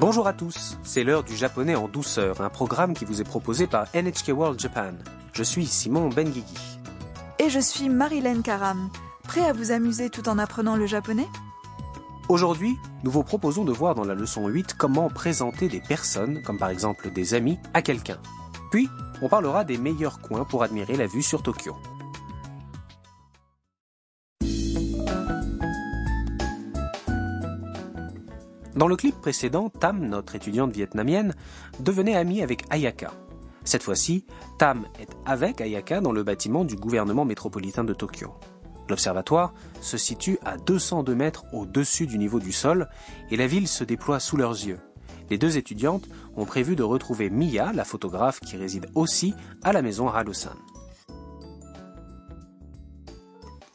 Bonjour à tous, c'est l'heure du japonais en douceur, un programme qui vous est proposé par NHK World Japan. Je suis Simon Benguigui. Et je suis Marilyn Karam. Prêt à vous amuser tout en apprenant le japonais Aujourd'hui, nous vous proposons de voir dans la leçon 8 comment présenter des personnes, comme par exemple des amis, à quelqu'un. Puis, on parlera des meilleurs coins pour admirer la vue sur Tokyo. Dans le clip précédent, Tam, notre étudiante vietnamienne, devenait amie avec Ayaka. Cette fois-ci, Tam est avec Ayaka dans le bâtiment du gouvernement métropolitain de Tokyo. L'observatoire se situe à 202 mètres au-dessus du niveau du sol et la ville se déploie sous leurs yeux. Les deux étudiantes ont prévu de retrouver Mia, la photographe qui réside aussi à la maison Harusan.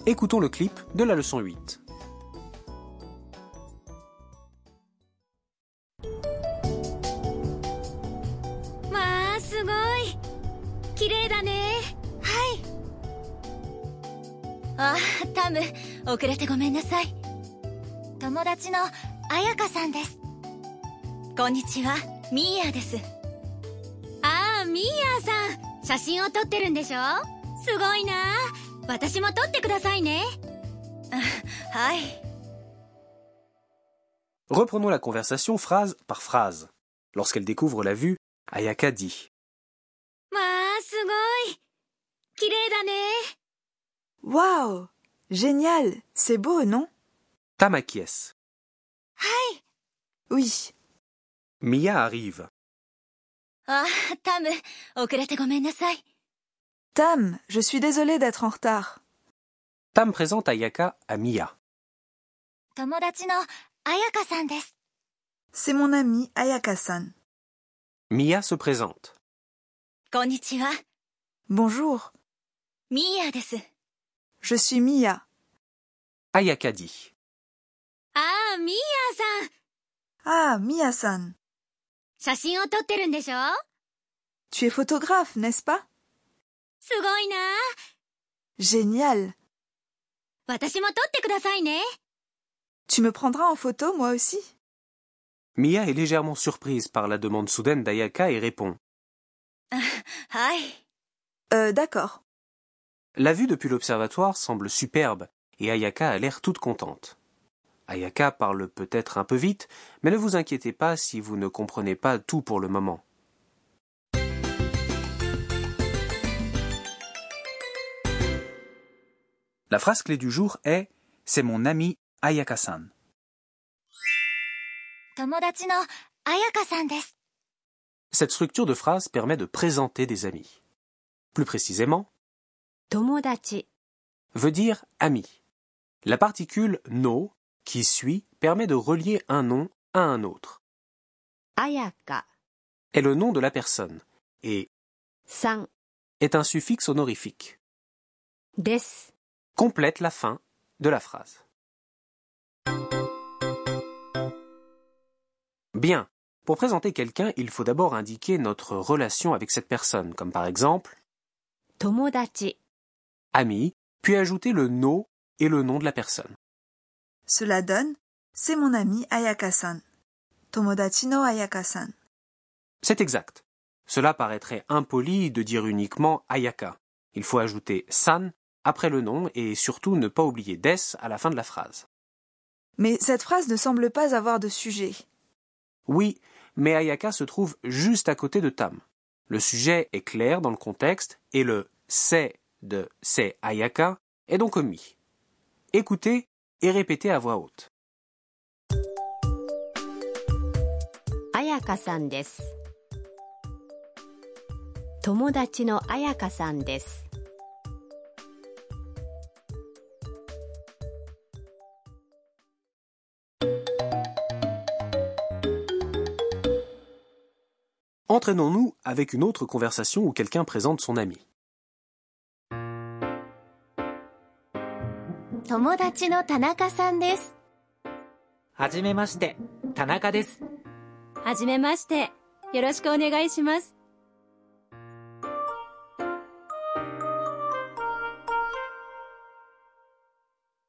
Écoutons le clip de la leçon 8. まあすごい綺麗だねはいあタム遅れてごめんなさい友達の彩香さんですこんにちはミーヤですああミーヤさん写真を撮ってるんでしょすごいな私も撮ってくださいねはい Reprenons la conversation phrase par phrase. Lorsqu'elle découvre la vue, Ayaka dit まあすごい綺麗だね Waouh Génial C'est beau, non Tam acquiesce. Oui. Mia arrive. あタム遅れてごめんなさい Tam, je suis désolée d'être en retard. Tam présente Ayaka à Mia. 友達の彩香さんです C'est mon amie Ayaka-san. Mia se présente. こんにちは、 Bonjour, ミーヤです。 je suis Mia. Ayaka dit. ああ、ミーヤ Ah, Mia-san, さん。写真を撮ってるんでしょ tu es photographe, n'est-ce pas すごいな。 Génial 私も撮ってくださいね。 Tu me prendras en photo, moi aussi Mia est légèrement surprise par la demande soudaine d'Ayaka et répond. はい。 Euh, d'accord. La vue depuis l'observatoire semble superbe et Ayaka a l'air toute contente. Ayaka parle peut-être un peu vite, mais ne vous inquiétez pas si vous ne comprenez pas tout pour le moment. La phrase clé du jour est C'est mon ami Ayaka-san. 友達の彩香さんです。 Cette structure de phrase permet de présenter des amis. Plus précisément, 友達。 veut dire ami. La particule no qui suit permet de relier un nom à un autre. 彩香 Est le nom de la personne et さん est un suffixe honorifique. です。 Complète la fin de la phrase. Bien. Pour présenter quelqu'un, il faut d'abord indiquer notre relation avec cette personne, comme par exemple 友達。 ami, puis ajouter le no et le nom de la personne. Cela donne C'est mon amie Ayaka-san. Tomodachi no Ayaka-san. C'est exact. Cela paraîtrait impoli de dire uniquement Ayaka. Il faut ajouter san après le nom et surtout ne pas oublier des à la fin de la phrase. Mais cette phrase ne semble pas avoir de sujet. Oui, mais Ayaka se trouve juste à côté de Tam. Le sujet est clair dans le contexte et le c'est de c'est Ayaka est donc omis. Écoutez et répétez à voix haute. 彩香さんです友達の彩香さんです Entraînons-nous avec une autre conversation où quelqu'un présente son ami. 友達の田中さんです。はじめまして、田中です。はじめまして。よろしくお願いします。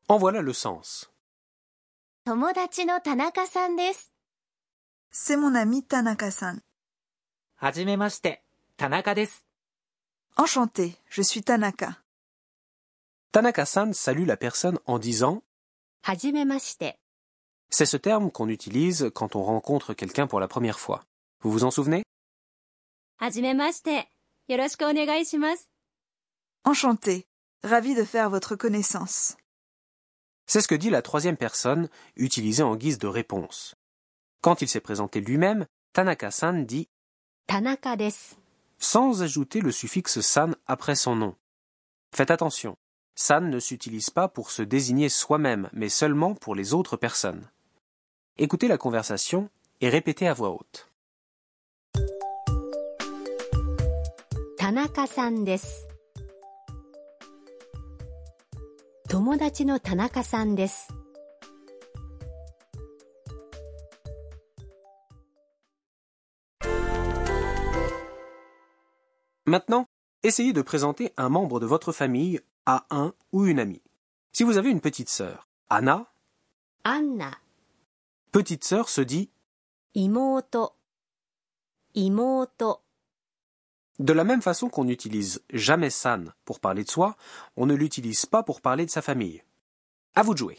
En voilà le sens. 友達の田中さんです。 C'est mon ami Tanaka-san. はじめまして、田中です。 Enchanté, je suis Tanaka. Tanaka-san salue la personne en disant はじめまして。 C'est ce terme qu'on utilise quand on rencontre quelqu'un pour la première fois. Vous vous en souvenez はじめまして。よろしくお願いします。 Enchanté, ravi de faire votre connaissance. C'est ce que dit la troisième personne, utilisée en guise de réponse. Quand il s'est présenté lui-même, Tanaka-san dit 田中です。 sans ajouter le suffixe san après son nom. Faites attention, san ne s'utilise pas pour se désigner soi-même, mais seulement pour les autres personnes. Écoutez la conversation et répétez à voix haute. 田中さんです。友達の田中さんです。 Maintenant, essayez de présenter un membre de votre famille à un ou une amie. Si vous avez une petite sœur, Anna, アンナ、 petite sœur se dit 妹、妹、 de la même façon qu'on n'utilise jamais san pour parler de soi, on ne l'utilise pas pour parler de sa famille. À vous de jouer.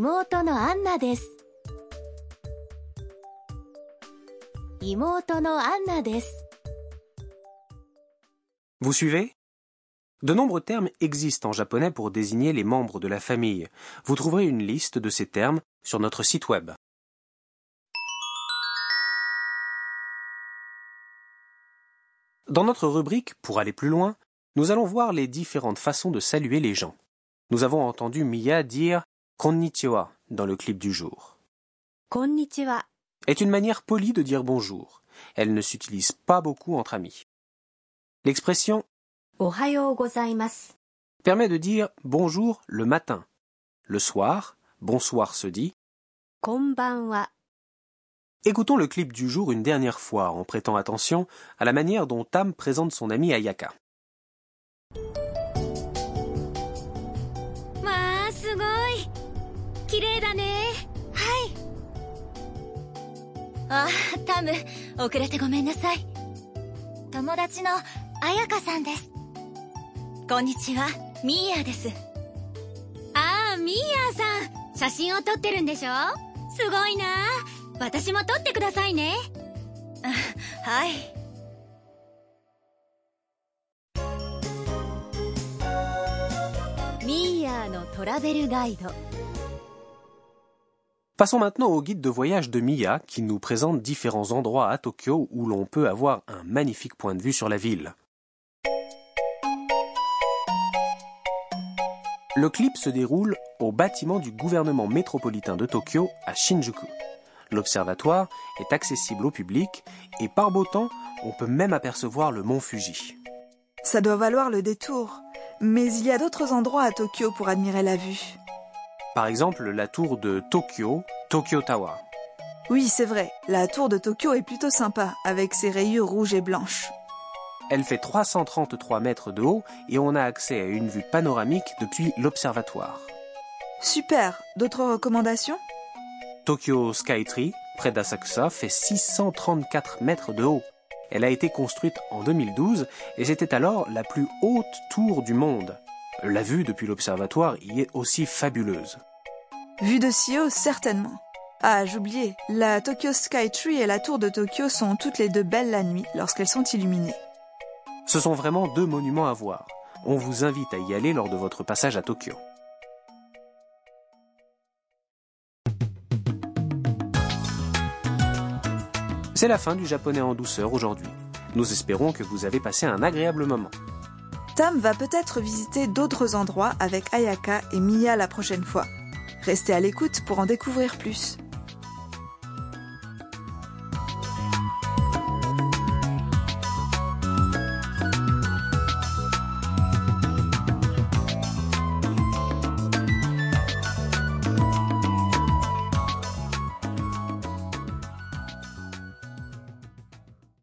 妹のアンナです。妹のアンナです。 Vous suivez De nombreux termes existent en japonais pour désigner les membres de la famille. Vous trouverez une liste de ces termes sur notre site web. Dans notre rubrique Pour aller plus loin, nous allons voir les différentes façons de saluer les gens. Nous avons entendu Mia dire Konnichiwa dans le clip du jour. こんにちは。 Est une manière polie de dire bonjour. Elle ne s'utilise pas beaucoup entre amis. L'expression おはようございます。 permet de dire bonjour le matin. Le soir, bonsoir se dit. こんばんは。 Écoutons le clip du jour une dernière fois en prêtant attention à la manière dont Tam présente son ami Ayaka. まあ、すごい。綺麗だね。はい。あ、タム、遅れてごめんなさい。友達の彩香さんです。こんにちは、ミーヤです。ああ、ミーヤさん。写真を撮ってるんでしょすごいな。私も撮ってくださいね。あはい。ミーヤーのトラベルガイド。 Passons maintenant au guide de voyage de Miya qui nous présente différents endroits à Tokyo où l'on peut avoir un magnifique point de vue sur la ville. Le clip se déroule au bâtiment du gouvernement métropolitain de Tokyo à Shinjuku. L'observatoire est accessible au public et par beau temps, on peut même apercevoir le mont Fuji. Ça doit valoir le détour. Mais il y a d'autres endroits à Tokyo pour admirer la vue. Par exemple, la tour de Tokyo, Tokyo Tower. Oui, c'est vrai, la tour de Tokyo est plutôt sympa, avec ses rayures rouges et blanches. Elle fait 333 mètres de haut et on a accès à une vue panoramique depuis l'observatoire. Super, d'autres recommandations Tokyo Skytree, près d'Asakusa, fait 634 mètres de haut. Elle a été construite en 2012 et c'était alors la plus haute tour du monde. La vue depuis l'observatoire y est aussi fabuleuse. Vue de si haut, certainement. Ah, j'oubliais, la Tokyo Sky Tree et la tour de Tokyo sont toutes les deux belles la nuit lorsqu'elles sont illuminées. Ce sont vraiment deux monuments à voir. On vous invite à y aller lors de votre passage à Tokyo. C'est la fin du japonais en douceur aujourd'hui. Nous espérons que vous avez passé un agréable moment. Tam va peut-être visiter d'autres endroits avec Ayaka et Mia la prochaine fois. Restez à l'écoute pour en découvrir plus.